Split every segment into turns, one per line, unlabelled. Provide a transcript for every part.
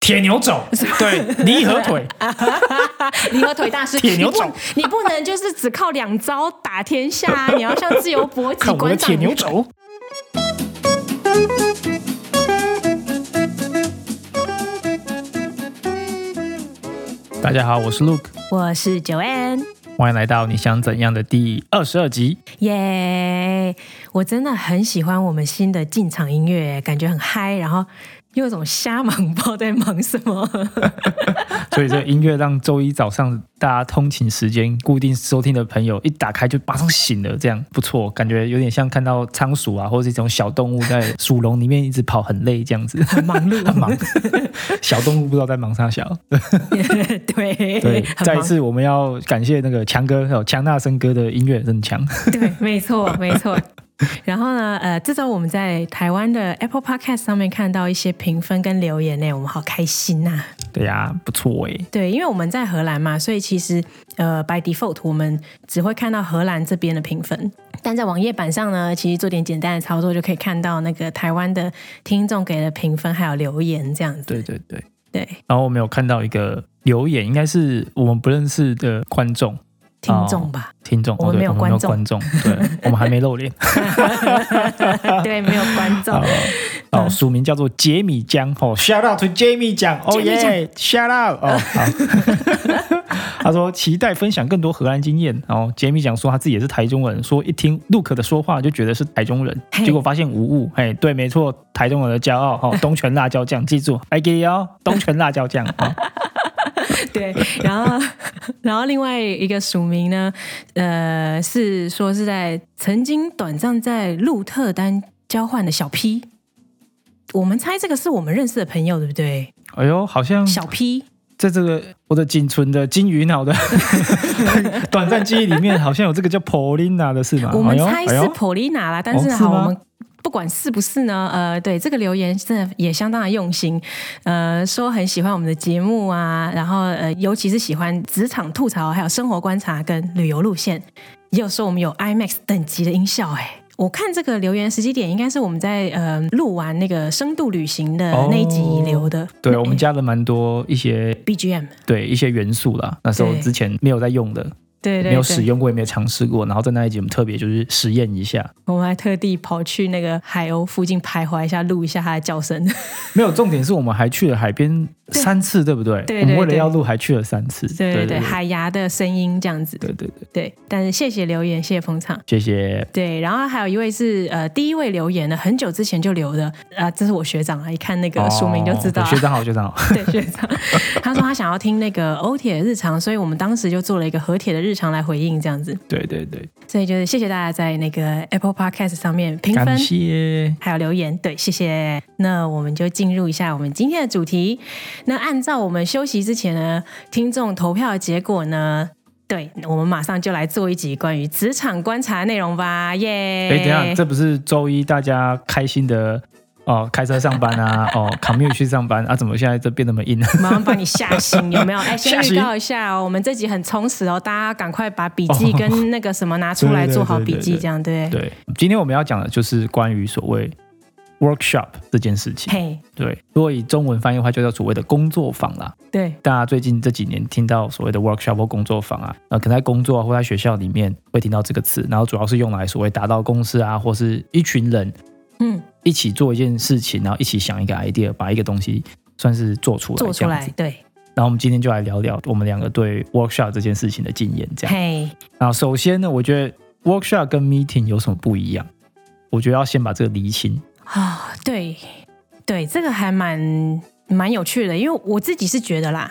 铁牛肘， 对，离合 腿，
离合腿大师，
铁牛
你不
肘
你不能就是只靠两招打天下 啊，你要像自由搏击
看我
馆
的铁
长一样
牛肘。大家好，我是 Luke，
我是九 N，
欢迎来到《你想怎样》的第二十二集。
耶！我真的很喜欢我们新的进场音乐，感觉很嗨，然后又有种瞎忙，不知道在忙什么。
所以这个音乐让周一早上大家通勤时间固定收听的朋友一打开就马上醒了，这样不错，感觉有点像看到仓鼠啊，或者是一种小动物在鼠笼里面一直跑，很累这样子，很
忙碌
很 忙。小动物不知道在忙啥小。
对
对，
很
再一
忙
次我们要感谢那个强哥，还有强纳森哥的音乐真强。
对，没错，没错。然后呢，呃，这周我们在台湾的 Apple Podcast 上面看到一些评分跟留言呢，我们好开心啊呐、
对呀、不错哎、
对，因为我们在荷兰嘛，所以其实呃，by default 我们只会看到荷兰这边的评分，但在网页版上呢，其实做点简单的操作就可以看到那个台湾的听众给的评分还有留言这样子。
对对对。
对，
然后我们有看到一个留言，应该是我们不认识的观众。
听众吧，
听众，
我们
哦对
没有
我们没有
观
观众，对， 我们还没露脸。
对，没有观众
哦。哦，署名叫做杰米江哦，shout out to 杰米江，哦
Jamie
耶，shout out 哦，好。 他说期待分享更多荷兰经验。然后杰米讲说他自己也是台中人，说一听 Look 的说话就觉得是台中人，
嘿
结果发现无误。哎，对，没错，台中人的骄傲哦，东泉辣椒酱，记住， 哎给哦，东泉辣椒酱 哦，
对，然后 然后另外一个署名呢，呃，是说是在曾经短暂在鹿特丹交换的小 P。我们猜这个是我们认识的朋友，对不对？
哎呦，好像
小 P，
在这个我的仅存的金鱼 脑的短暂记忆里面，好像有这个叫 Paulina 的是吗？
我们
哎呦
猜是
哎呦
Polina 啦，但是
哦是
好，
吗
我们不管是不是呢，呃，对这个留言真的也相当的用心，呃，说很喜欢我们的节目啊，然后呃，尤其是喜欢职场吐槽，还有生活观察跟旅游路线，也有说我们有 IMAX 等级的音效、哎。我看这个留言时机点应该是我们在呃录完那个深度旅行的那一集
哦
留的
对，我们加了蛮多一些
BGM，
对一些元素啦，那是我
对
之前没有在用的，
对对对，
没有使用过，也没有尝试过。然后在那一集，我们特别就是实验一下。
我们还特地跑去那个海鸥附近徘徊一下，录一下它的叫声。
没有，重点是我们还去了海边三次，对不对？
对对
我们为了
对
要录，还去了三次。
对对
对
对，海牙的声音这样子。
对对对，
对，但是谢谢留言，谢谢捧场。
谢谢。
对，然后还有一位是呃第一位留言的，很久之前就留的，啊、这是我学长啊，一看那个
哦
书名就知道、
学长好，学长好。
对学长，他说他想要听那 个欧铁的日常，所以我们当时就做了一个和铁的日常来回应这样子，
对对对，
所以就是谢谢大家在那个 Apple Podcast 上面评分
感。谢。
还有留言，对，谢谢。那我们就进入一下我们今天的主题。那按照我们休息之前呢，听众投票的结果呢，对我们马上就来做一集关于职场观察的内容吧，耶！
哎，等一下，这不是周一大家开心的哦，开车上班 啊，哦，commute 去上班啊，怎么现在这变那么硬？
马上把你吓醒，有没 有？哎，先
吓
预
醒
告一下哦，我们这集很充实哦，大家赶快把笔记跟那个什么拿出来
哦 对对对
做好笔
对对
记，
对
这样对不对？
对，今天我们要讲的就是关于所谓 workshop 这件事情。
嘿，
对，如果以中文翻译的话，就叫所谓的工作坊啦。
对
大家最近这几年听到所谓的 workshop 或工作坊啊，呃，可能在工作啊或在学校里面会听到这个词，然后主要是用来所谓达到共识啊，或是一群人
嗯，
一起做一件事情，然后一起想一个 idea，把一个东西算是做出来，
做出来，。对，
然后我们今天就来聊聊我们两个对 workshop 这件事情的经验，这样。
嘿，
啊，首先呢，我觉得 workshop 跟 meeting 有什么不一样？我觉得要先把这个厘清。
啊、对对，这个还蛮蛮有趣的，因为我自己是觉得啦，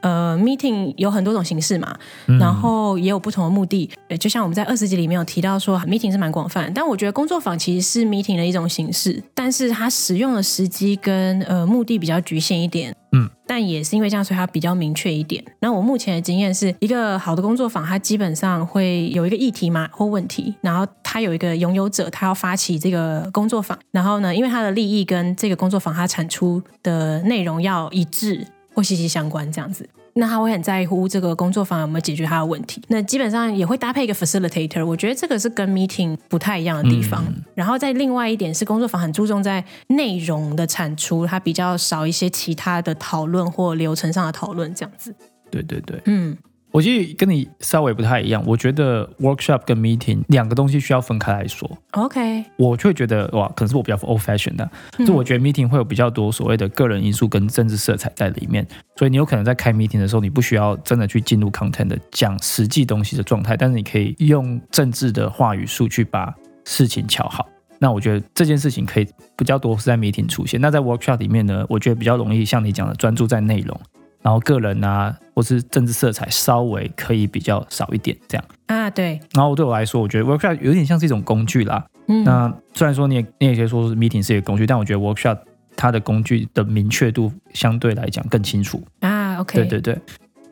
呃，meeting 有很多种形式嘛，
嗯
然后也有不同的目的。呃就像我们在二十集里面有提到说，meeting 是蛮广泛，但我觉得工作坊其实是 meeting 的一种形式，但是它使用的时机跟呃目的比较局限一点。
嗯，
但也是因为这样，所以它比较明确一点。那我目前的经验是一个好的工作坊，它基本上会有一个议题嘛或问题，然后它有一个拥有者，他要发起这个工作坊，然后呢，因为他的利益跟这个工作坊它产出的内容要一致，或息息相关这样子。那他会很在乎这个工作坊有没有解决他的问题。那基本上也会搭配一个 facilitator，我觉得这个是跟 meeting 不太一样的地方。
嗯
然后再另外一点是，工作坊很注重在内容的产出，它比较少一些其他的讨论或流程上的讨论这样子。
对对对，
嗯，
我其实跟你稍微不太一样，我觉得 workshop 跟 meeting 两个东西需要分开来说。
OK，
我却觉得哇，可能是我比较 old fashion 的，就我觉得 meeting 会有比较多所谓的个人因素跟政治色彩在里面，所以你有可能在开 meeting 的时候，你不需要真的去进入 content 的讲实际东西的状态，但是你可以用政治的话语术去把事情瞧好。那我觉得这件事情可以比较多是在 meeting 出现，那在 workshop 里面呢，我觉得比较容易像你讲的专注在内容，然后个人啊或是政治色彩稍微可以比较少一点这样。
啊，对，
然后对我来说，我觉得 workshop 有点像是一种工具啦，
嗯，
那虽然说你也你也可以说是 meeting 是一个工具，但我觉得 workshop 它的工具的明确度相对来讲更清楚。
啊，OK，
对对对，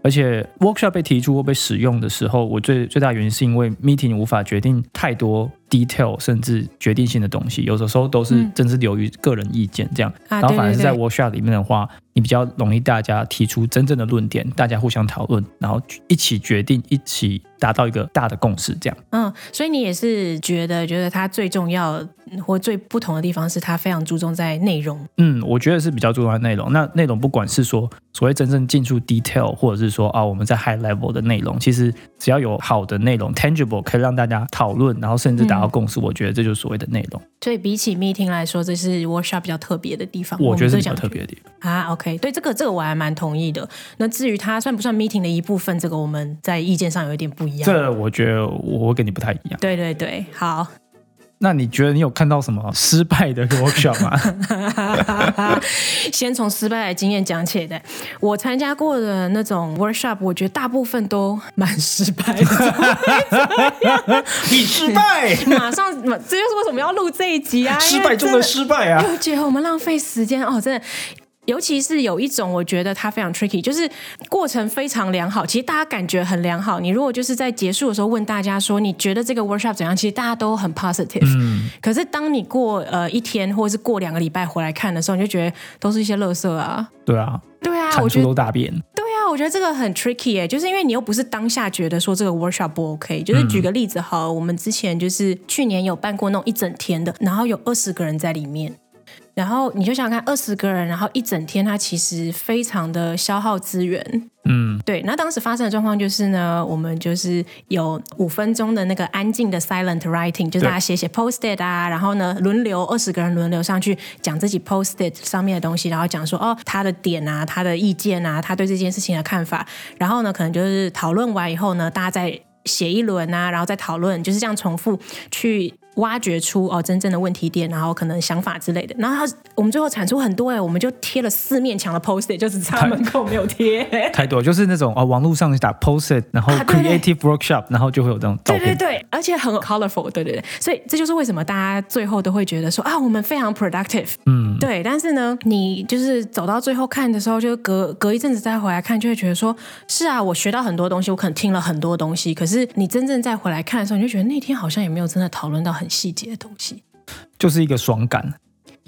而且 workshop 被提出或被使用的时候，我最最大原因是因为 meeting 无法决定太多 detail 甚至决定性的东西，有的时候都是
嗯
真是流于个人意见这样。
啊，
然
对
后反而
对
是在
对，
workshop 里面的话，你比较容易大家提出真正的论点，大家互相讨论，然后一起决定，一起达到一个大的共识这样。
嗯，所以你也是觉得觉得它最重要嗯或最不同的地方是它非常注重在内容，
嗯，我觉得是比较重要的内容。那内容不管是说所谓真正进入 detail，或者是说啊我们在 high level 的内容，其实只要有好的内容 tangible，可以让大家讨论，然后甚至达
嗯
到共识，我觉得这就是所谓的内容。
所以比起 meeting 来说，这是 workshop 比较特别的地方。
我
们
觉得是
这
比
讲
较特别的地方。
啊，OK，对这个这个我还蛮同意的。那至于它算不算 meeting 的一部分，这个我们在意见上有一点不一样。
这我觉得我会跟你不太一样。
对对对，好，
那你觉得你有看到什么失败的 workshop 吗？
先从失败的经验讲起的。我参加过的那种 workshop，我觉得大部分都蛮失败的。
你失败，
马上，马这就是为什么要录这一集啊！因为真
失败啊！
我觉得我们浪费时间哦，真的。尤其是有一种，我觉得它非常 tricky，就是过程非常良好，其实大家感觉很良好。你如果就是在结束的时候问大家说你觉得这个 workshop 怎样，其实大家都很 positive。可是当你过呃一天或是过两个礼拜回来看的时候，你就觉得都是一些垃圾啊。
对啊，
对啊，
产
我觉
出
得
都大变。
对啊，我觉得这个很 tricky 哎、就是因为你又不是当下觉得说这个 workshop 不 OK。就是举个例子好了，我们之前就是去年有办过那种一整天的，然后有二十个人在里面。然后你就想想看，二十个人，然后一整天，它其实非常的消耗资源。
嗯，
对，那当时发生的状况就是呢，我们就是有五分钟的那个安静的 silent writing，就是
对
大家写写 posted 啊，然后呢轮流二十个人轮流上去讲自己 posted 上面的东西，然后讲说哦他的点啊，他的意见啊，他对这件事情的看法，然后呢可能就是讨论完以后呢，大家再写一轮啊，然后再讨论，就是这样重复去。挖掘出哦真正的问题点，然后可能想法之类的，然后他我们最后产出很多哎、我们就贴了四面墙的 post，就只差门口没有贴。
太多，就是那种啊、网络上打 post，然后
哎啊对对
creative workshop，然后就会有这种照
对对
片。
对，而且很 colorful，对对对，所以这就是为什么大家最后都会觉得说啊，我们非常 productive，
嗯，
对。但是呢，你就是走到最后看的时候，就隔隔一阵子再回来看，就会觉得说，是啊，我学到很多东西，我可能听了很多东西，可是你真正再回来看的时候，你就觉得那天好像也没有真的讨论到很细节的东西。
就是一个爽感，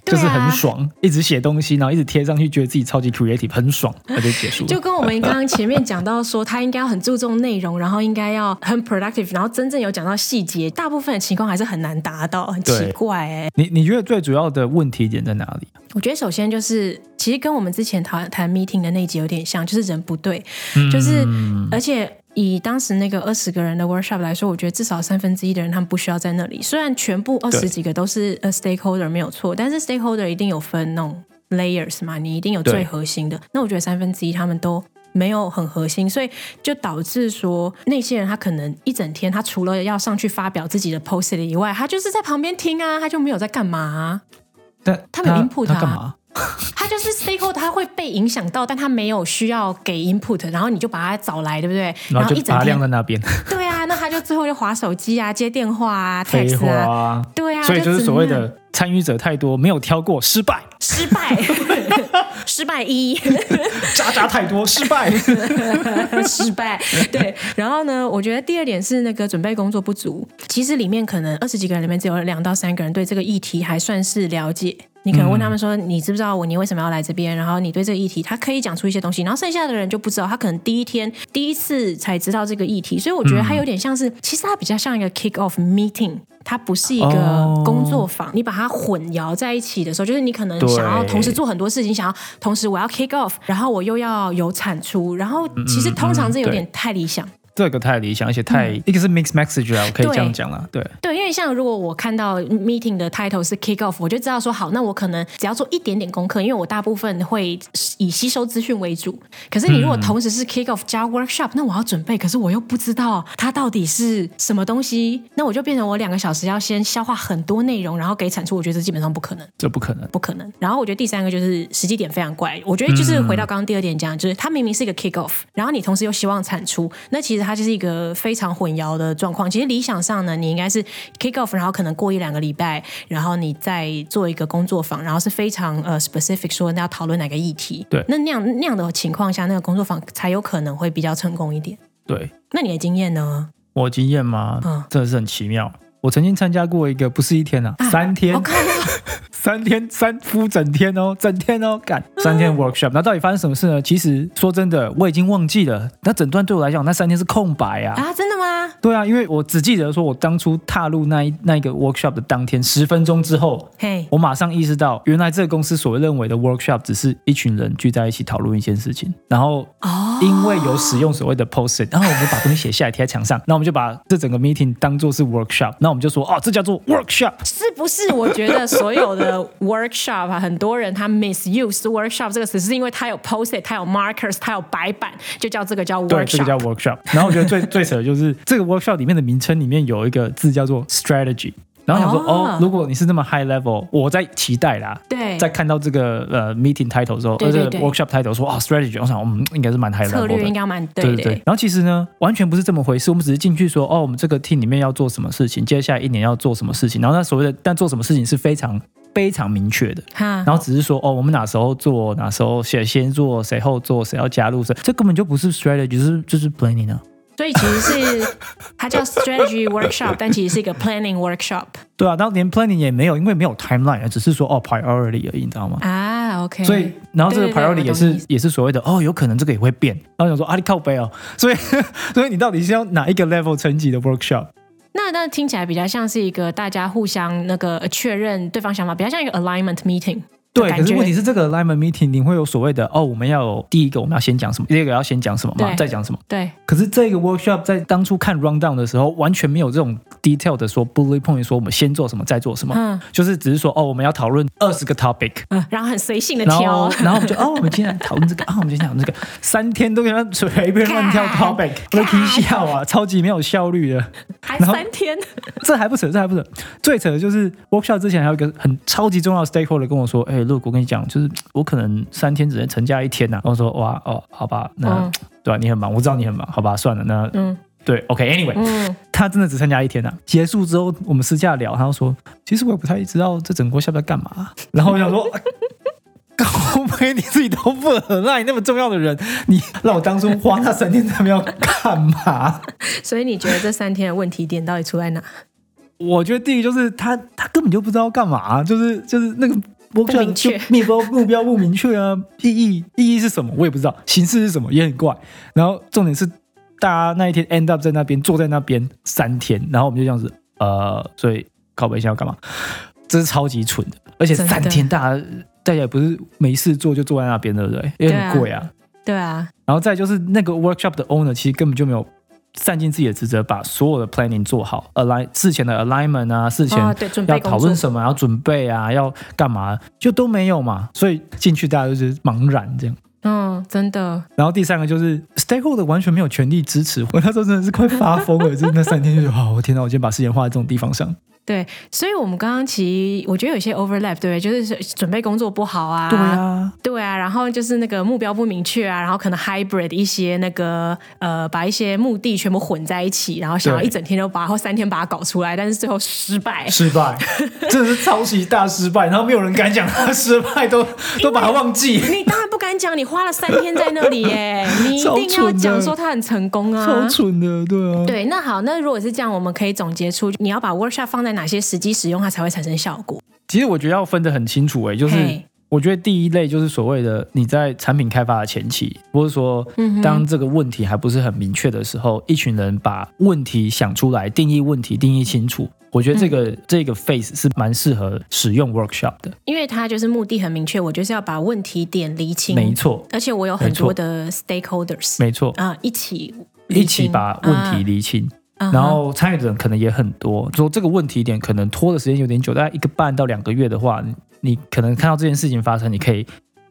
对
就
啊
是很爽，一直写东西，然后一直贴上去，觉得自己超级 creative，很爽，那就结束了。
就跟我们刚刚前面讲到说，他应该要很注重内容，然后应该要很 productive，然后真正有讲到细节，大部分的情况还是很难达到，很奇
对
怪哎、
你你觉得最主要的问题点在哪里？
我觉得首先就是，其实跟我们之前谈谈 meeting 的那一集有点像，就是人不对，就是、而且以当时那个二十个人的 workshop 来说，我觉得至少三分之一的人他们不需要在那里。虽然全部二十几个都是呃 stakeholder 没有错，但是 stakeholder 一定有分那种 layers 嘛，你一定有
对
最核心的。那我觉得三分之一他们都。没有很核心，所以就导致说那些人他可能一整天，他除了要上去发表自己的 post 以外，他就是在旁边听啊，他就没有在干嘛啊、
但
他没 input
他
啊
干嘛？
他就是 stakeholder，他会被影响到，但他没有需要给 input，然后你就把他找来，对不对？
然
然
后
后
就
一
把
整
它晾
天，
在那边，
对啊，那他就最后就划手机啊，接电话啊
废
，text 啊，
话。
对啊，
所以就是
只能
所谓的参与者太多，没有挑过，失败；
失败， 失败一。
渣渣太多，失败。
失败。对，然后呢，我觉得第二点是那个准备工作不足。其实里面可能二十几个人里面只有两到三个人对这个议题还算是了解。你可能问他们说，你知不知道我你为什么要来这边？然后你对这个议题，他可以讲出一些东西，然后剩下的人就不知道，他可能第一天第一次才知道这个议题，所以我觉得他有点像是，其实他比较像一个 kick off meeting。它不是一个
哦
工作坊，你把它混淆在一起的时候，就是你可能想要
对
同时做很多事情，想要同时我要 kick off，然后我又要有产出，然后其实通常这有
对
点太理想。
这个太理想，而且太、一个是 mixed message 啊，我可以
嗯对
这样讲啦，对，
对，因为像如果我看到 meeting 的 title 是 kick off，我就知道说好，那我可能只要做一点点功课，因为我大部分会以吸收资讯为主。可是你如果同时是 kick off 加 workshop，那我要准备，可是我又不知道它到底是什么东西，那我就变成我两个小时要先消化很多内容，然后给产出，我觉得这基本上不可能。
这不可能。
不可能。然后我觉得第三个就是时机点非常怪，我觉得就是
嗯
回到刚刚第二点讲，就是它明明是一个 kick off，然后你同时又希望产出，那其实它就是一个非常混淆的状况。其实理想上呢，你应该是 kick off，然后可能过一两个礼拜，然后你再做一个工作坊，然后是非常呃 specific 说那要讨论哪个议题。
对
那那样那样的情况下，那个工作坊才有可能会比较成功一点。
对
那你的经验呢？
我经验嘛，
嗯
真的是很奇妙。我曾经参加过一个，不是一天啊，三天，
我看到
三天三敷整天哦，整天哦，干三天 workshop。那到底发生什么事呢？其实说真的，我已经忘记了。那整段对我来讲，那三天是空白啊。
啊，真的吗？
对啊，因为我只记得说，我当初踏入那一那一个 workshop 的当天，十分钟之后，
嘿、
我马上意识到，原来这个公司所认为的 workshop 只是一群人聚在一起讨论一件事情，然后
哦，
因为有使用所谓的 post，然后我们把东西写下来贴在墙上，那我们就把这整个 meeting 当做是 workshop，那我们就说哦，这叫做 workshop。
是不是？我觉得所有的 workshop 啊，很多人他 misuse workshop 这个词，是因为他有 post it，他有 markers，他有白板，就叫这个叫
对，这个
workshop。
叫 workshop。然后我觉 得最最扯的就是这个 workshop 里面的名称里面有一个字叫做 strategy。然后想说
哦
哦如果你是这么 high level，我在期待啦。
对
在看到这个呃 meeting title 的时候，
对对
呃这个
对
workshop title 说哦 strategy，我想嗯应该是蛮 high
策
level
略应
的。
该蛮对
对
的。
对对，然后其实呢，完全不是这么回事。我们只是进去说，哦，我们这个 team 里面要做什么事情，接下来一年要做什么事情。然后那所谓的，但做什么事情是非常非常明确的。
哈，
然后只是说哦，我们哪时候做，哪时候谁先做，谁后做，谁要加入，谁这根本就不是 strategy，就是就是 planning 啊。
所以其实是它叫 strategy workshop，但其实是一个 planning workshop
对啊，然后连 planning 也没有，因为没有 timeline，啊只是说哦 priority 而已，你知道吗？
啊。OK，
所以，然后这个
对对对
priority 也
我懂
是
你意思
也是所谓的哦，有可能这个也会变。然后想说啊，你靠背哦， 所以所以你到底是要哪一个 level 层级的 workshop？
那那听起来比较像是一个大家互相那个确认对方想法，比较像一个 alignment meeting 的
对，
感
可
觉。
是问题是这个 alignment meeting 你会有所谓的哦，我们要有第一个我们要先讲什么，第二个要先讲什么嘛，
对
再讲什么。
对，
可是这个 workshop 在当初看 rundown 的时候，完全没有这种 detail 的说 bullet point，说我们先做什么，再做什么，
嗯
就是只是说哦，我们要讨论二十个 topic，
嗯，然后很随性的
然
挑
后。然后我们就哦，我们今天来讨论这个啊，我们今天讨论这个，三天都给他随便乱跳 topic，我提笑啊，超级没有效率的。
还
然后
三天，
这还不扯，这还不扯，最扯的就是 workshop 之前还有一个很超级重要的 stakeholder 跟我说，哎、look，我跟你讲，就是我可能三天只能成假一天呐、然后我说哇哦，好吧，那、
嗯
对吧、啊你很忙，我知道你很忙，好吧，算了，那
嗯
对，OK，Anyway，、
嗯，
他真的只参加一天啊。结束之后，我们私下聊，他就说：“其实我也不太知道这整锅下在干嘛啊。”然后我想说。高飞，你自己都不能让你那么重要的人，你让我当初花那三天他们要干嘛？
所以你觉得这三天的问题点到底出在哪？
我觉得第一就是他，他根本就不知道干嘛啊、就是就是那个 workshop
明确
就目标目标不明确啊，意义意义是什么我也不知道，形式是什么也很怪。然后重点是大家那一天 end up 在那边坐在那边三天，然后我们就这样子，呃，所以靠北现在要干嘛？这是超级蠢的，而且
真的
三天大家大家也不是没事做就坐在那边，对不对？也
对啊
很贵啊。
对啊，
然后再就是那个 workshop 的 owner 其实根本就没有善尽自己的职责，把所有的 planning 做好，align 事前的 alignment 啊，事前
哦，对，准备
要
工作
讨论什么，要准备啊，要干嘛，就都没有嘛。所以进去大家就是茫然这样。
嗯，真的，
然后第三个就是 stakeholder 完全没有全力支持，我那时候真的是快发疯了，就是那三天就觉得，哦，我天哪，我今天把时间花在这种地方上。
对，所以我们刚刚其实我觉得有些 overlap，对不对？就是准备工作不好啊，
对，啊，
对啊，然后就是那个目标不明确啊，然后可能 hybrid 一些那个呃，把一些目的全部混在一起，然后想要
对
一整天都把它或三天把它搞出来，但是最后失败。
失败，真的是超级大失败。然后没有人敢讲他失败，都都把他忘记。
啊你当然不敢敢讲你花了三天在那里耶， 你一定
超
要
蠢的
讲说他很成功啊，
超蠢的，对啊，
对，那好，那如果是这样，我们可以总结出你要把 workshop 放在哪些时机使用，它才会产生效果。
其实我觉得要分得很清楚、欸，就是
嘿
我觉得第一类就是所谓的你在产品开发的前期，或者说
嗯
当这个问题还不是很明确的时候，一群人把问题想出来，定义问题，定义清楚。我觉得
嗯
这个、这个 phase 是蛮适合使用 workshop 的，
因为它就是目的很明确，我就是要把问题点厘清，
没，错，
而且我有很多
没错
的 stakeholders
没错，
啊、一起
一起把问题
理
厘清。
清，啊
然后参与的人可能也很多，说这个问题点可能拖的时间有点久，大概一个半到两个月的话，你你可能看到这件事情发生，你可以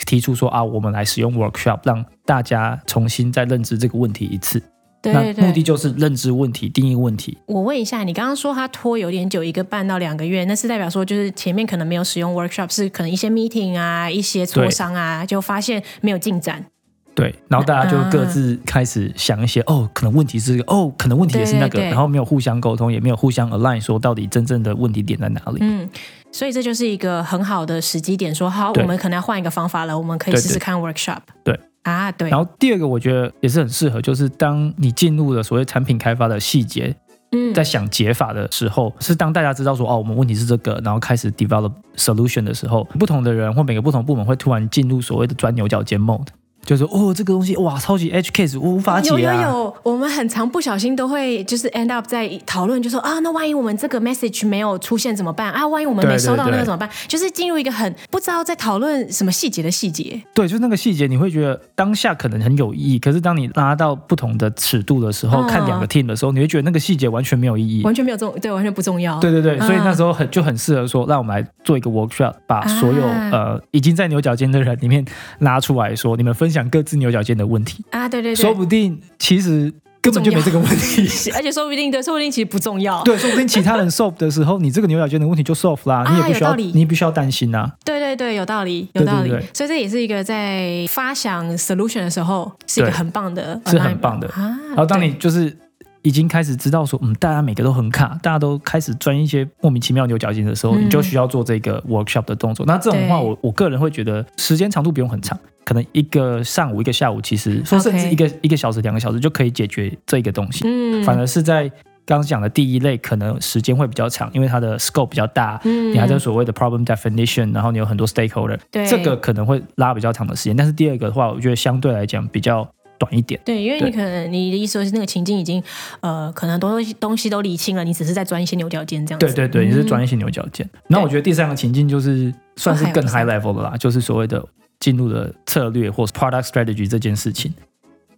提出说啊，我们来使用 workshop，让大家重新再认知这个问题一次。
对对
那目的
对。
就是认知问题、定义问题。
我问一下，你刚刚说它拖有点久，一个半到两个月，那是代表说就是前面可能没有使用 workshop，是可能一些 meeting 啊、一些磋
对
商啊，就发现没有进展。
对，然后大家就各自开始想一些、哦，可能问题是这个哦，可能问题也是那个，
对对对
然后没有互相沟通，也没有互相 align，说到底真正的问题点在哪里。
嗯，所以这就是一个很好的时机点说好，
对
我们可能要换一个方法了，我们可以
对对
试试看 workshop。
对
啊，对
然，后第二个，我觉得也是很适合，就是当你进入了所谓产品开发的细节，
嗯，
在想解法的时候，是当大家知道说哦，我们问题是这个，然后开始 develop solution 的时候，不同的人或每个不同部门会突然进入所谓的钻牛角尖 mode，就是说哦，这个东西哇，超级 edge case，我无法解
有有
啊。
有，我们很常不小心都会就是 end up 在讨论，就说啊，那万一我们这个 message 没有出现怎么办啊？万一我们
对
没收到
对
那个
对
怎么办？就是进入一个很不知道在讨论什么细节的细节。
对，就是那个细节，你会觉得当下可能很有意义，可是当你拉到不同的尺度的时候，
嗯
看两个 team 的时候，你会觉得那个细节完全没有意义。
完全没有重，对，完全不重要。
对对对，所以
嗯
那时候很就很适合说，让我们来做一个 workshop，把所有、
啊
呃已经在牛角尖的人里面拉出来说，你们分享各自牛角尖的问题。
啊，对对对，
说不定其实根本就没这个问题。
而且说不定对，说不定其实不重要。
对，说不定其他人 solve 的时候，你这个牛角尖的问题就 solve 啦，
啊
你也不需
有
要，
道理
你也不需要担心啊呐、
对对对，有道理，有道理。
对对对
所以这也是一个在发想 solution 的时候是一个
对
很棒的 alignment，
是很棒的
啊。
然后当你
对
就是已经开始知道说，嗯，大家每个都很卡，大家都开始钻一些莫名其妙牛角尖的时候，
嗯
你就需要做这个 workshop 的动作。那这种话，
对
我我个人会觉得时间长度不用很长，可能一个上午、一个下午，其实说甚至
OK
一个一个小时、两个小时就可以解决这个东西。
嗯，
反而是在刚刚讲的第一类，可能时间会比较长，因为它的 scope 比较大，
嗯
你还在所谓的 problem definition，然后你有很多 stakeholder，
对
这个可能会拉比较长的时间。但是第二个的话，我觉得相对来讲比较短一点。
对，因为你
对
可能你的意思说是那个情境已经呃，可能东西东西都理清了，你只是在钻一些牛角尖这样子。嗯
对对对，你是专业性牛角尖。那我觉得第三个情境就是算
哦
是
还有
更
第三
high
个
level 的啦，就是所谓的进入的策略或是 product strategy 这件事情，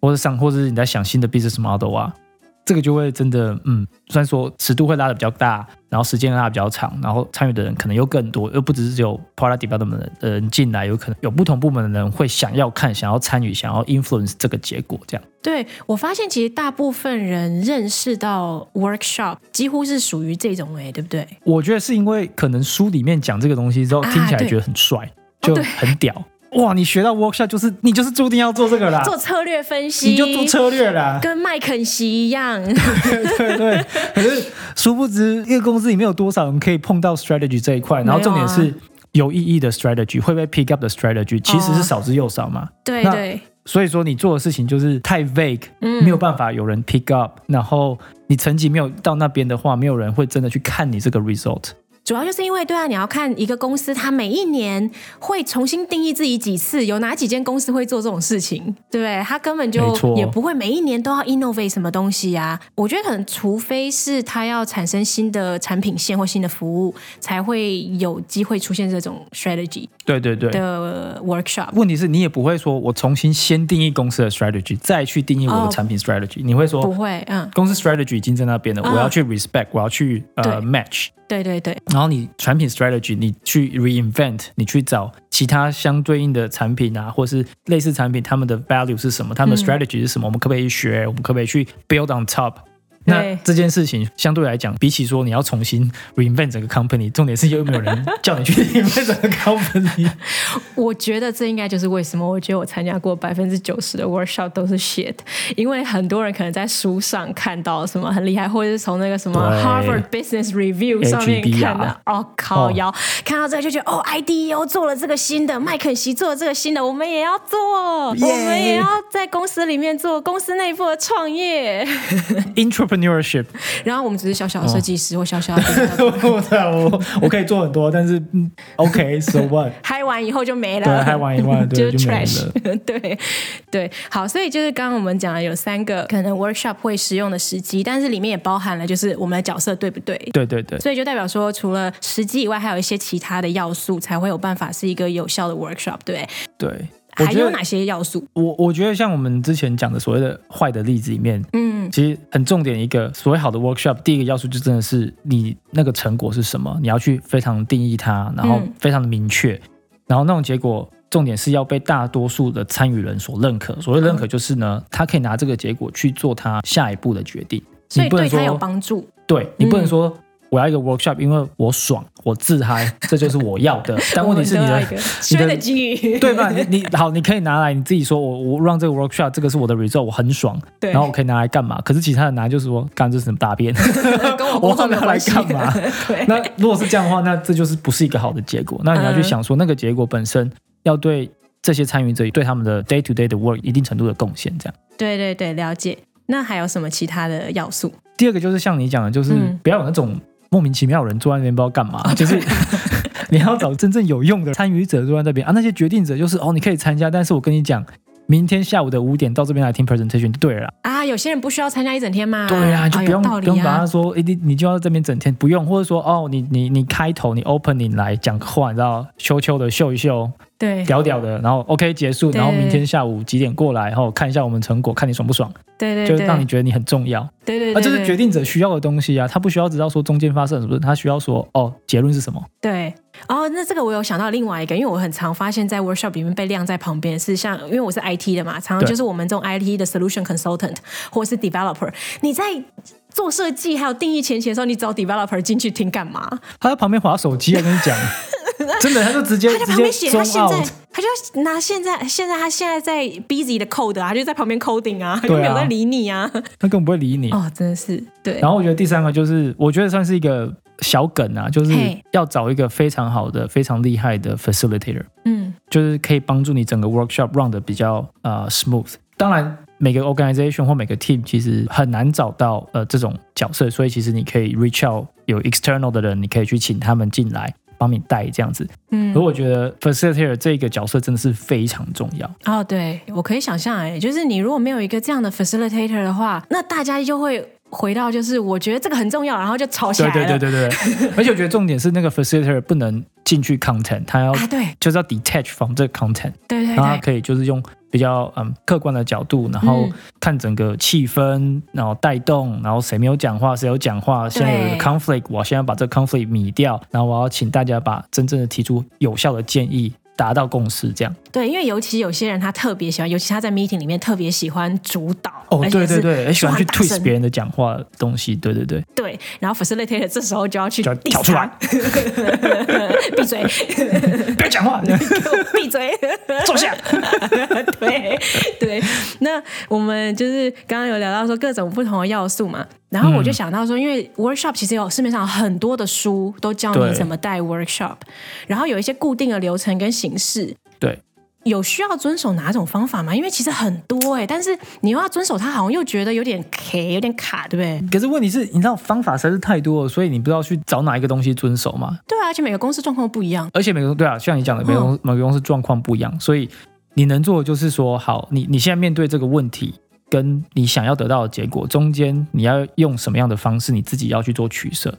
或者上或者是你在想新的 business model 啊，这个就会真的嗯，虽然说尺度会拉的比较大，然后时间拉的比较长，然后参与的人可能又更多，又不只是只有 product development 的人进来，有可能有不同部门的人会想要看、想要参与、想要 influence 这个结果，这样
对我发现其实大部分人认识到 workshop 几乎是属于这种哎、对不对？
我觉得是因为可能书里面讲这个东西之后，
啊
听起来
对哦
觉得很帅，就很屌。哇，你学到 workshop 就是你就是注定要做这 个啦，
做策略分析，
啊你就做策略啦。
跟麦肯锡一样。
对对。可是殊不知，一个公司里面有多少人可以碰到 strategy 这一块？然后重点
没啊
是有意义的 strategy 会被 pick up 的 strategy 其实是少之又少嘛。
对
那
对，
所以说你做的事情就是太 vague，
嗯
没有办法有人 pick up，然后你成绩没有到那边的话，没有人会真的去看你这个 result。
主要就是因为对啊，你要看一个公司，它每一年会重新定义自己几次，有哪几间公司会做这种事情，对不对？它根本就
没错
也不会每一年都要 innovate 什么东西啊。我觉得可能除非是它要产生新的产品线或新的服务，才会有机会出现这种 strategy
对对对，
的 workshop。
问题是你也不会说我重新先定义公司的 strategy，再去定义我
哦
的产品 strategy，、你会
不
说
会，嗯，
公司 strategy 已经在那边了，
啊
我要去 respect，我要去
对
呃 match，
对对对，
然后你产品 strategy 你去 reinvent，你去找其他相对应的产品啊，或是类
嗯
似产品他们的 value 是什么，他们的 strategy 是什么，我们可不可以学，我们可不可以去 build on top？那这件事情相对来讲，比起说你要重新 reinvent 整个 company，重点是有没有人叫你去 reinvent 整个 company。
我觉得这应该就是为什么我觉得我参加过百分之九十的 workshop 都是 shit，因为很多人可能在书上看到什么很厉害，或者是从那个什么
对
Harvard Business Review 上面
HBR
看的，哦靠腰，看到这个就觉得哦，IDEO 做了这个新的，麦肯锡做了这个新的，我们也要做
耶
我们也要在公司里面做公司内部的创业，
Entrepreneurship，
然后我们只是小小的设计师或小小的 developer，
对啊，我我可以做很多，但是嗯 OK，so、what？
嗨完以后就没了，
对嗨完以后
就
对
是
就没
trash，对对，好，所以就是刚刚我们讲了有三个可能 workshop 会使用的时机，但是里面也包含了就是我们的角色对不对？
对对对，
所以就代表说，除了时机以外，还有一些其他的要素才会有办法是一个有效的 workshop，对不
对，
对？
我
还
觉
有
得
哪些要素？
我我觉得像我们之前讲的所谓的坏的例子里面，
嗯，
其实很重点一个所谓好的 workshop，第一个要素就真的是你那个成果是什么，你要去非常定义它，然后
嗯
非常的明确，然后那种结果重点是要被大多数的参与人所认可。所谓
嗯
认可就是呢，他可以拿这个结果去做他下一步的决定，
所以
你不
对
能
他有
说
帮助。
对你不能
嗯
说。我要一个 workshop，因为我爽，我 自嗨，这就是我要的。但问题是
我
你
们都
的
要一个 strategy，
对吧？你你好，你可以拿来你自己说我，我让这个 workshop 这个是我的 result，我很爽，
对
然后我可以拿来干嘛？可是其他人拿就是说，干这是什么大 便，
跟我
我
工作
要
没有
拿
关
来
系。
干嘛？
对，
那如果是这样的话，那这就是不是一个好的结果。那你要去
嗯
想说，那个结果本身要对这些参与者对他们的 day to day 的 work 一定程度的贡献，这样。
对对对，了解。那还有什么其他的要素？
第二个就是像你讲的，就是
嗯哦
不要有那种莫名其妙的人坐在那边不知道干嘛，就是 你要找真正有用的参与者坐在那边啊。那些决定者就是哦，你可以参加，但是我跟你讲，明天下午的五点到这边来听 presentation 就对了啦。
啊，有些人不需要参加一整天嘛。
对啊，就
哎
不用、
有道
不
理
用把
啊
他。说，哎诶，你你就要这边整天不用，或者说哦，你你你开头你 opening 来讲个话，你知道，羞羞的秀一秀，
对
屌屌的，然后 OK 结束，
对
然后明天下午几点过来，然后看一下我们成果，看你爽不爽，
对
就
对
是
对，
让你觉得你很重要。
对对
啊，
对，
这是
对
决定者需要的东西啊，他不需要知道说中间发生了什么，他需要说哦，结论是什么。
对。哦，那这个我有想到另外一个，因为我很常发现，在 workshop 里面被晾在旁边是像，因为我是 IT 的嘛，常常
对
就是我们这种 IT 的 solution consultant 或是 developer，你在做设计还有定义前期的时候，你找 developer 进去听干嘛？
他在旁边划手机啊，跟你讲， 真的，他就直接
他在
直
旁
接
边写他
zoom
现在
out，，
他就拿现在现在他现在在 busy 的 code 啊，他就在旁边 coding 啊，他
对
就
啊
没有在理你啊。
他根本不会理你。
哦，真的是对
然后我觉得第三个就是，我觉得算是一个小梗啊，就是
嘿
要找一个非常好的、非常厉害的 facilitator，
嗯，
就是可以帮助你整个 workshop run 的比较呃 smooth。当然，每个 organization 或每个 team 其实很难找到呃这种角色，所以其实你可以 reach out 有 external 的人，你可以去请他们进来帮你带这样子。
嗯
可我觉得 facilitator 这个角色真的是非常重 要。
哦，对，我可以想象，哎，就是你如果没有一个这样的 facilitator 的话，那大家就会回到就是我觉得这个很重要，然后就吵起来
对
了。
对对对对，对而且我觉得重点是那个 facilitator 不能进去 content，他要
啊，对
就是要 detach from 这个 content，
对对
然后他
哎对，
可以就是用比较嗯客观的角度，然后
嗯
看整个气氛，然后带动，然后谁没有讲话，谁有讲话，现在有一个 conflict，我现在把这个 conflict 米掉，然后我要请大家把真正的提出有效的建议，达到共识，这样。
对，因为尤其有些人他特别喜欢，尤其他在 meeting 里面特别喜欢主导，
哦，
而且
对
是
对对，很喜欢去
说话大声
twist 别人的讲话的东西，对对对，
对，然后 facilitator 这时候就要去
就要
第
跳出来
三，闭嘴，
不要讲话，
给我闭嘴。
坐 下。
对对，那我们就是刚刚有聊到说各种不同的要素嘛，然后我就想到说，因为 workshop 其实有市面上有很多的书都教你
对
怎么带 workshop，然后有一些固定的流程跟形式。
对，
有需要遵守哪种方法吗？因为其实很多哎、但是你又要遵守它，好像又觉得有点 K，有点卡，对不对？
可是问题是，你知道方法实在是太多了，所以你不知道去找哪一个东西遵守嘛。
对啊，而且每个公司状况不一样。
而且每个公对啊，像你讲的，每个公、每个公司状况不一样，所以你能做的就是说，好，你你现在面对这个问题，跟你想要得到的结果中间，你要用什么样的方式，你自己要去做取舍，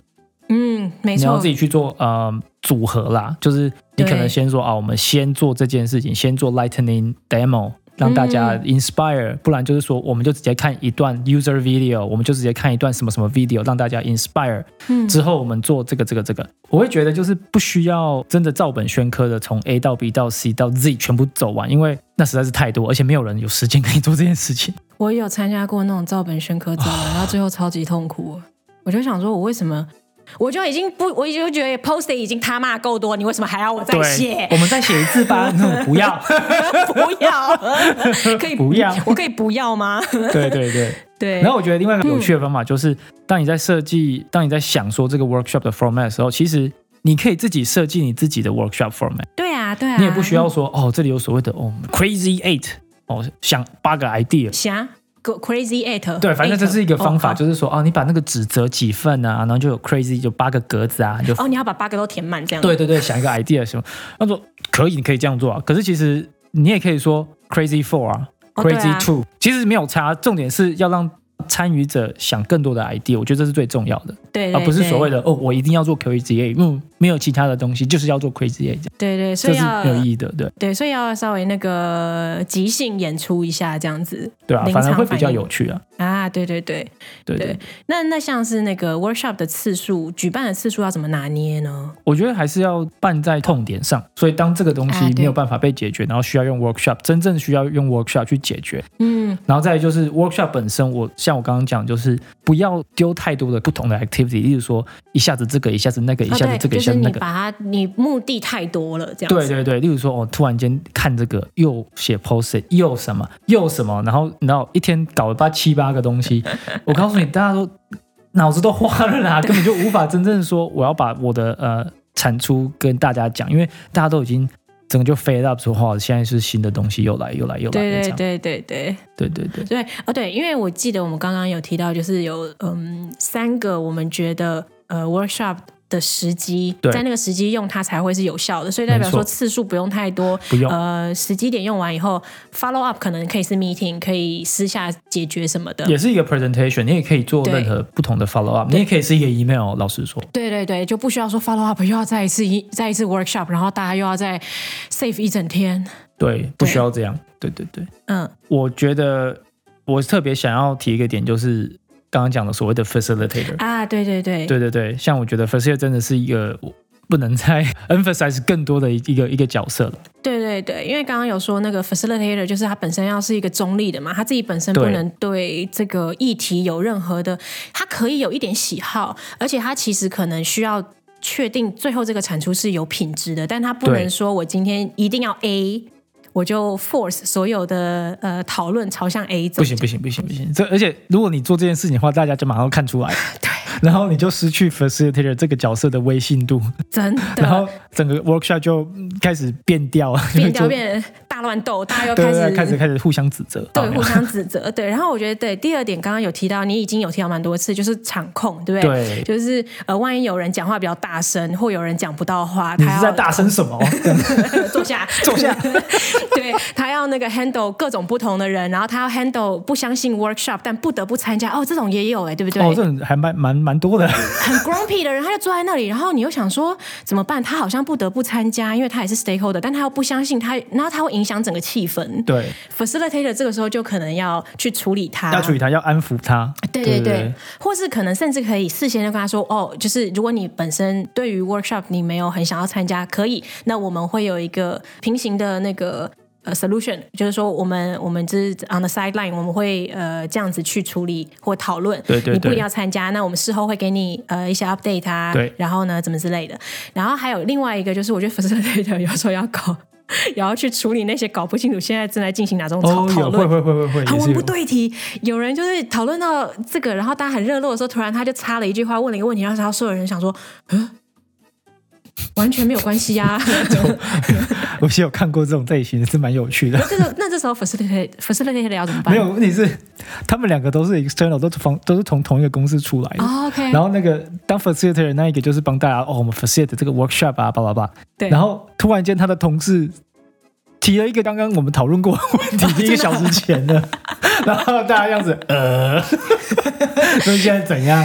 嗯，没
你要
错
自，己去做呃组合啦，就是你可
对
能先说啊，我们先做这件事情，先做 lightning demo。让大家
嗯
inspire，、不然就是说，我们就直接看一段 user video，我们就直接看一段什么什么 video，让大家 inspire，
嗯，
之后我们做这个这个这个，我会觉得就是不需要真的照本宣科的从 A 到 B 到 C 到 Z 全部走完，因为那实在是太多，而且没有人有时间可以做这件事情。
我有参加过那种照本宣科周 的，然后最后超级痛苦。我就想说，我为什么？我就已经不，我就觉得 post 已经他妈够多，你为什么还要我再写
对，？我们再写一次吧。嗯不要，
不 要，可以
不要
我可以不要吗？
对对对。
对，
然后我觉得另外一个有趣的方法就是，当你在设计，当你在想说这个 workshop 的 format 的时候，其实你可以自己设计你自己的 workshop format，
对啊，对啊，
你也不需要说哦，这里有所谓的哦 crazy eight 哦，想八个 idea。
侠啊 crazy eight，
对，反正这是一个方法，
哦
就是说，哦，你把那个纸折几份啊，然后就有 crazy 就八个格子啊，你就
好哦，你要把八个都填满这样。
对对对，想 一个 idea 什么，他说可以，你可以这样做啊。可是其实你也可以说 crazy four 啊
哦对啊
，crazy two，、其实没有差，重点是要让参与者想更多的 idea，我觉得这是最重要的，
对，
而、
对
不是所谓
的
的哦，我一定要做 crazy eight，嗯，没有其他的东西，就是要做 crazy eight，
对对，啊所
这
以
是
要
没有意义的，对
对，所以要稍微那个即兴演出一下这样子
对啊，
临
反而
场
会
反
比较
应
有趣啊，
啊。对对对，
对对。
对那那像是那个 workshop 的次数，举办的次数要怎么拿捏呢？
我觉得还是要办在痛点上，所以当这个东
啊
西
对
没有办法被解决，然后需要用 workshop，真正需要用 workshop 去解决，
嗯，
然后再来就是 workshop 本身，我像我刚刚讲，就是不要丢太多的不同的 activity，例如说一下子这个，一下子那个，一
哦
下子
对，
这个，
就
一下
是
子
你
那个。
把它你目的太多了这样子。
对对对，例如说，我、哦突然间看这个，又写 post，又什么，又什么，然后然后一天搞了八七八个东 西，我告诉你，大家都脑子都花了啦， 根本就无法真正说我要把我的呃产出跟大家讲，因为大家都已经整个就 fade up 说，哇，现在是新的东西又来又来又来，
对对
这样
对对对
对对对，
对哦对，因为我记得我们刚刚有提到，就是有嗯三个我们觉得呃 workshop 的时机，
对
在那个时机用它才会是有效的，所以代表说
没错
次数不用太多，
不用
呃时机点用完以后，follow up 可能可以是 meeting，可以私下解决什么的。
也是一个 presentation，你也可以做
对
任何不同的 follow up，你也可以是一个 email。老实说，
对对对，就不需要说 follow up 又要再一次一再一次 workshop，然后大家又要再 save 一整天。
对，不需要这样。对对对，
嗯，
我觉得我特别想要提一个点，就是刚刚讲的所谓的 facilitator。
啊，对对对，
对对对，像我觉得 facilitator 真的是一个我不能再 emphasize 更多的一个一个角色了。
对对对，因为刚刚有说那个 facilitator 就是他本身要是一个中立的嘛，他自己本身不
对
能对这个议题有任何的，他可以有一点喜好，而且他其实可能需要。确定最后这个产出是有品质的，但他不
对
能说我今天一定要 A，我就 force 所有的呃讨论朝向 A 走。
不行不行不行不行，这而且如果你做这件事情的话，大家就马上看出来，
对，
然后你就失去 facilitator 这个角色的威信度，
真
然
的
后整个 workshop 就嗯开始变调，
变
就
调变大乱斗，大家又
对
开
对
始
对，开始开始互相指责。哦好
对
没有
互相指责。对，然后我觉得对第二点，刚刚有提到，你已经有提到蛮多次，就是场控，对不对？
对
就是呃，万一有人讲话比较大声，或有人讲不到话，
你
他
是
要
在大声什么？
坐下，
坐下。
对他要那个 handle 各种不同的人，然后他要 handle 不相信 workshop 但不得不参加。哦，这种也有哎、对不对？
哦，这种还蛮蛮蛮 多的。
很 grumpy 的人，他就坐在那里，然后你又想说怎么办？他好像不得不参加，因为他也是 stakeholder，但他又不相信他，然后他会影响整个气氛。
对，
facilitator 这个时候就可能要去处理他，
要处理他，要安抚他。
啊对对对，或是可能甚至可以事先就跟他说，哦，就是如果你本身对于 workshop 你没有很想要参加，可以，那我们会有一个平行的那个。呃，solution 就是说，我们我们就是 on the sideline，我们会呃这样子去处理或讨论。
对对
你不一
对
定要参加，那我们事后会给你呃一些 update 啊，
对
然后呢怎么之类的。然后还有另外一个就是，我觉得 facilitator 有时候要搞，也要去处理那些搞不清楚现在正在进行哪种讨、
哦，
讨
有
论
会。会会会会，
很
也
文
是
啊不
有。
对题。有人就是讨论到这个，然后大家很热络的时候，突然他就插了一句话，问了一个问题，然后然后所有人想说，嗯，完全没有关系呀、
我是有看过这种类型的，是蛮有 趣的。
这个那这时候 facilitate facilitate 要怎么办？
没有问题是，他们两个都是 external，都是从都是从同一个公司出来的。
哦，OK，
然后那个当 facilitator 那一个就是帮大家哦，我们 facilitate 这个 workshop 啊，叭叭叭。
对
然后突然间他的同事提了一个刚刚我们讨论过的 问题，一个小时前的，然后大家这样子 呃，所以现在怎样？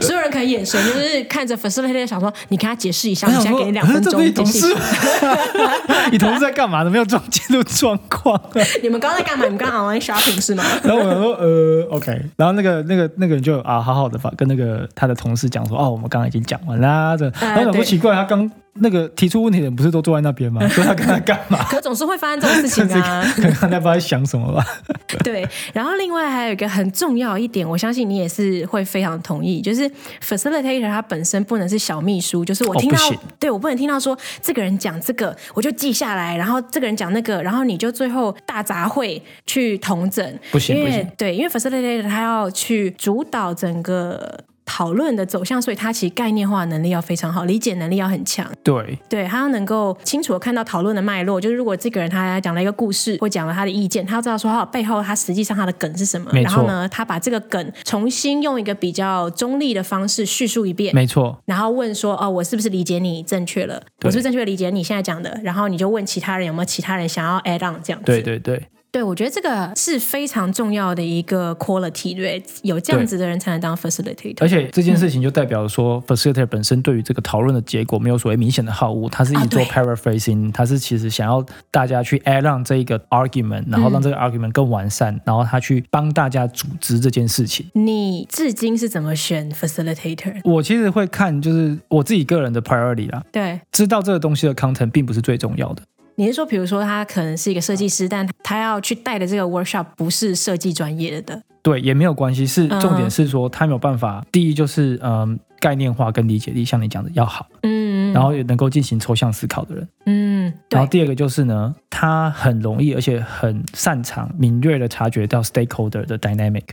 所有人可能眼神就是看着 facilitator 想说，你跟他解释一下，
哎我
我现
想
在
说，
给你两分
这不
钟
是你
解
同
释
事
一
吗
下。？
你同事在干嘛呢？没有状进入状况、
你们刚刚在干嘛？你们刚刚 online shopping 是吗？
然后我想说，呃，OK。然后那个那个那个人就啊，好好的吧，跟那个他的同事讲说，哦，我们刚刚已经讲完啦。这，
啊
然后我想说
对
奇怪，他刚那个提出问题的人不是都坐在那边吗？所以他跟他干嘛？
可总是会发生这种事情啊。
可能他不知道在想什么吧。
对，然后另外还有一个很重要一点，我相信你也是会非常同意，就是 facilitator 他本身不能是小秘书，就是我
哦
听
不
到，
行
对我不能听到说这个人讲这个，我就记下来，然后这个人讲那个，然后你就最后大杂烩去同整，
不行
因
不
为
行
对，因为 facilitator 他要去主导整个。讨论的走向，所以他其实概念化能力要非常好，理解能力要很强。
对，
对他要能够清楚的看到讨论的脉络，就是如果这个人他讲了一个故事，或讲了他的意见，他要知道说他背后他实际上他的梗是什么，
没
然
错
后呢，他把这个梗重新用一个比较中立的方式叙述一遍。
没错，
然后问说哦，我是不是理解你正确了？我
对
是不是正确地理解你现在讲的？然后你就问其他人有没有其他人想要 add on 这样子。
对对对，
对我觉得这个是非常重要的一个 quality，对，有这样
对
子的人才能当 facilitator。
而且
嗯
这件事情就代表说，facilitator 本身对于这个讨论的结果没有所谓明显的好恶，他是一
啊
直做
对
paraphrasing，、他是其实想要大家去 add on 这一个 argument，然后
嗯
让这个 argument 更完善，然后他去帮大家组织这件事情。
你至今是怎么选 facilitator？
我其实会看，就是我自己个人的 priority 啦，
对，
知道这个东西的 content 并不是最重要的。
你是说，比如说他可能是一个设计师，但他要去带的这个 workshop 不是设计专业的，
对，也没有关系。是
嗯
重点是说，他没有办法。第一就是，嗯，概念化跟理解力，像你讲的要好，
嗯，
然后也能够进行抽象思考的人。
嗯，
然
对
后，第二个就是呢，他很容易而且很擅长敏锐的察觉到 stakeholder 的 dynamic。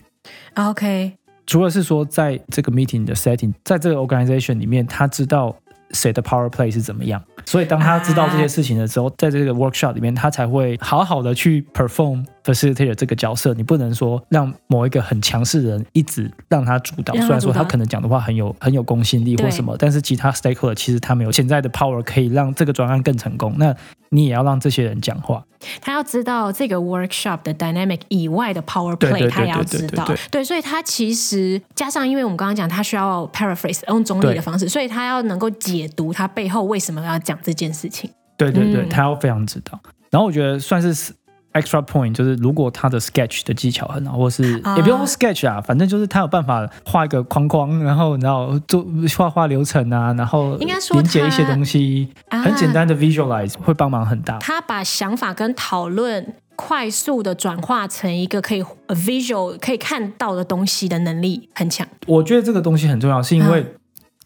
啊，OK，
除了是说在这个 meeting 的 setting，在这个 organization 里面，他知道谁的 power play 是怎么样，所以当他知道这些事情的时候，在这个 workshop 里面，他才会好好的去 perform facilitator 这个角色。你不能说让某一个很强势的人一直让他主导，
让他
虽然说
主导
他可能讲的话很有很有公信力或
对
什么，但是其他 stakeholder 其实他们有潜在的 power 可以让这个专案更成功。那你也要让这些人讲话，
他要知道这个 workshop 的 dynamic 以外的 power
对
play，
对
他也
对
要
对
知
对
道
对。
对，所以他其实加上，因为我们刚刚讲，他需要 paraphrase 用中立
对
的方式，所以他要能够解读他背后为什么要讲这件事情。
对对对，
嗯
他要非常知道。然后我觉得算是 extra point，就是如果他的 sketch 的技巧很好，或是、
啊
也不用 sketch 啊，反正就是他有办法画一个框框，然后然后做画画流程啊，然后
应该说
连接
他
一些东西，
啊
很简单的 visualize 会帮忙很大。
他把想法跟讨论快速的转化成一个可以呃 visual 可以看到的东西的能力很强。
我觉得这个东西很重要，是因为
嗯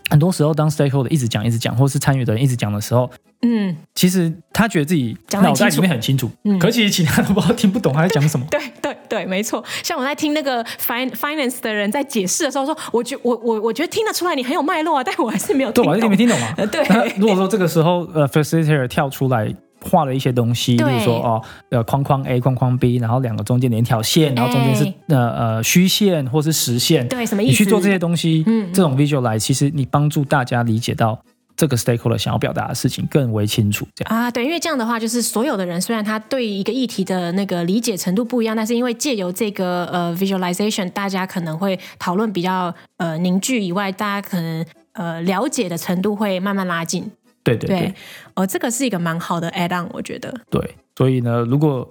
很多时候当 stakeholder 一直讲一直讲，或是参与的人一直讲的时候，
嗯，
其实他觉得自己
讲得很
脑
清
袋里
楚
面很清楚，
嗯
可其实其他都不知道听不懂他在讲什 么。
对对对，没错。像我在听那个 fin finance 的人在解释的时候说，我觉我我我觉得听得出来你很有脉络啊，但我还是没有
对，
听
我还是
懂。
没听懂 啊。
呃对
那如果说这个时候呃，facilitator 跳出来画了一些东西，例
对
如说哦，呃，框框 A、框框 B，然后两个中间连一条线，然后中间是、
哎
呃呃虚线或是实线，
对什么意思？
你去做这些东西，
嗯
这种 visualize，其实你帮助大家理解到这个 stakeholder 想要表达的事情更为清楚，这样。
啊，对，因为这样的话，就是所有的人虽然他对一个议题的那个理解程度不一样，但是因为借由这个呃 visualization，大家可能会讨论比较呃凝聚以外，大家可能呃了解的程度会慢慢拉近。
对对
对，
对
哦，这个是一个蛮好的 add on，我觉得。
对，所以呢，如果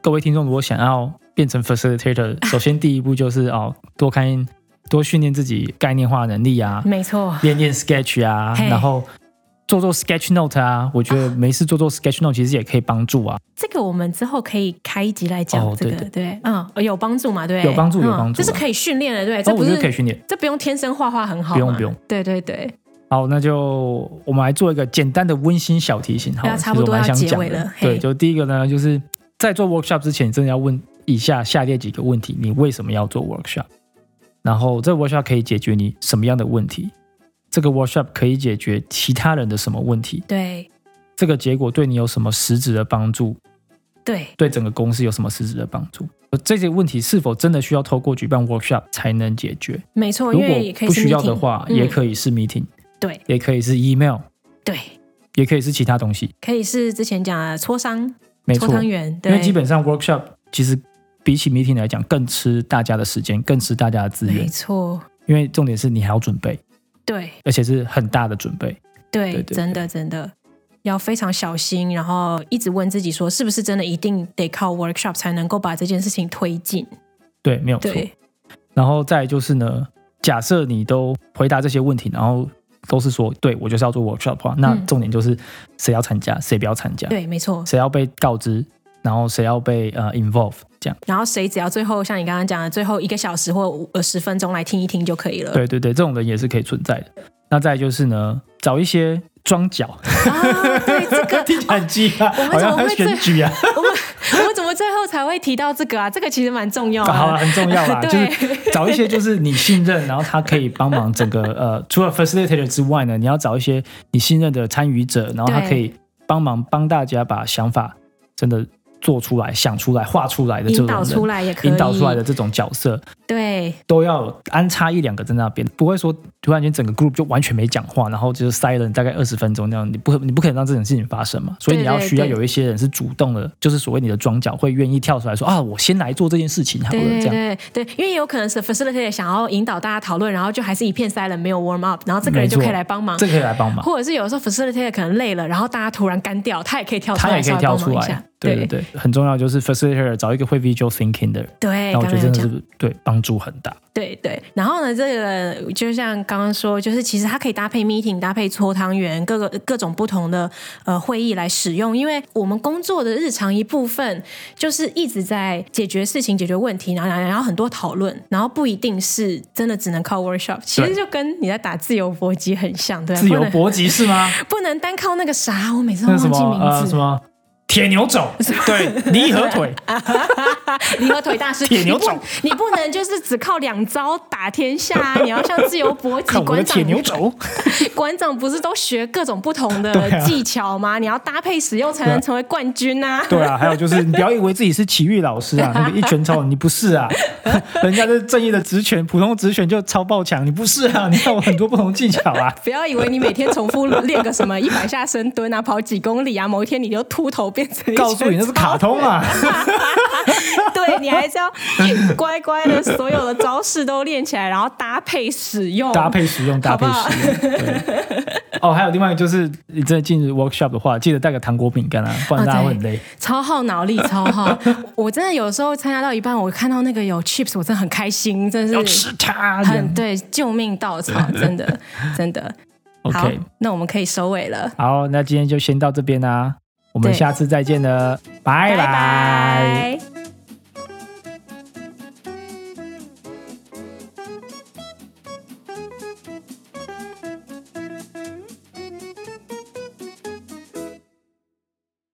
各位听众如果想要变成 facilitator，首先第一步就是哦，多看多训练自己概念化能力啊，
没错，
练练 Sketch 啊，
嘿
然后做做 Sketch Note 啊，我觉得没事做做 Sketch Note 其实也可以帮助啊。
这个我们之后可以开一集来讲
哦
这个，
对对
嗯，有帮助嘛？对，
有帮助有
嗯
帮助
这是
啊
可以训练的，对，
那
这
哦我
不
觉
是
得可以训练。
这不用天生画画很好嘛，
不用不用
对对对，
好，那就我们来做一个简单的温馨小提醒，好
对啊
了，
差不多
其实我蛮想
要结
讲
尾了
的。
嘿
对，就第一个呢，就是在做 workshop 之前，你真的要问以下下列几个问题：你为什么要做 workshop？然后这个 workshop 可以解决你什么样的问题？这个 workshop 可以解决其他人的什么问题？
对
这个结果对你有什么实质的帮助？
对，
对整个公司有什么实质的帮助？呃这些问题是否真的需要透过举办 workshop 才能解决？
没错，
如
哦因
果
为也可以
不
是
需要的
meeting
话，
嗯
也可以是 meeting，
对
也可以是 email，
对，
也可以是其他东西。
可以是之前讲的磋商、
没
磋
错，
商
因
员，对，
为基本上 workshop 其实比起 meeting 来讲，更吃大家的时间，更吃大家的资
没
源。
错，
因为重点是你还要准备，
对
而且是很大的准备。
对
对对
真的真的。要非常小心，然后一直问自己说，是不是真的一定得靠 workshop 才能够把这件事情推进？
对，没有错。
对，
然后再来就是呢，假设你都回答这些问题，然后都是说，对我就是要做 workshop 的话，那
嗯
重点就是谁要参加，谁不要参加，
对，没错。
谁要被告知，然后谁要被呃 involve 这样。
然后谁只要最后像你刚刚讲的，最后一个小时或五呃十分钟来听一听就可以了。
对对对，这种人也是可以存在的。那再来就是呢，找一些 装脚，
啊，对这个
听起来很鸡啊，
我们
好
怎
像
么
很
会这
选 举啊，
我们我们怎么最后才会提到这个啊？这个其实蛮重要的。
好啊，很重 要啦，就
对
是找一些就是你信任，然后他可以帮忙 整个呃，除了 facilitator 之外呢，你要找一些你信任的参与者，然后他
对
可以帮忙帮大家把想法真的做出来、想出来、画出来的这
引
种
导
人
出来也可以，
引导出来的这种角色，
对
都要安插一两个在那边，不会说突然间整个 group 就完全没讲话，然后就是 silent 大概二十分钟那样，你不你不可能让这种事情发生嘛，所以
对
你要
对
需要
对
有一些人是主动的，就是所谓你的庄脚会愿意跳出来说啊，我先来做这件事情好了，
对
这样
对对，因为也有可能是 facilitator 想要引导大家讨论，然后就还是一片 silent 没有 warm up，然后这个人就
没错
可以来帮忙。
这可以来帮忙。
或者是有时候 facilitator 可能累了，然后大家突然干掉，他也可以跳出
他
来，
也可
稍
以
微
跳
帮
出
忙一
来
下，。
对对对，很重要就是 facilitator 找一个会 visual thinking 的人，
对，
那我
刚
觉
哎刚
得
有
真的
讲。
是对帮助很大。
对对，然后呢，这个就像刚刚说，就是其实它可以搭配 meeting、搭配搓汤圆、各个各种不同的呃会议来使用，因为我们工作的日常一部分就是一直在解决事情、解决问题，然后然后然后很多讨论，然后不一定是真的只能靠 workshop，其实
对
就跟你在打自由搏击很像，对吧，
自由
不能
搏击是 吗？
不能单靠那个啥，我每次都
那
忘
什么
记名
呃
字
什，么铁牛肘，对，离合 腿，
离合腿大师，
铁
你
牛
不
肘
你不能就是只靠两招打天下啊！你要像自由搏 击
看我的
馆
铁
长，
牛肘。
馆长不是都学各种不同的
对啊
技巧吗？你要搭配使用才能成为冠军啊！
对啊，还有就是你不要以为自己是体育老师啊，那个一拳超你不是啊， 人家是正义的职权，普通职权就超爆强，你不是啊，你看我很多不同技 巧啊。
不要以为你每天重复练个 什么一百下深蹲啊，跑几公里啊，某一天你就秃头变成一
告诉你那是卡通啊，
对你还是要乖乖的所有的招式都练起来，然后搭配使用，
搭配使用，搭
好不
配
好
使用。对哦，还有另外一个就是，你真的进入 workshop 的话，记得带个糖果饼干啊，
哦
不然大家会很累。
超耗脑力，超耗。 我真的有时候参加到一半，我看到那个有 chips，我真的很开心，真
要
的是
吃它。这
很
样
对救命稻草，真的真的。好
OK，，
那我们可以收尾了。
啊好，那今天就先到这边啦、我们
对
下次再见了，拜
拜拜。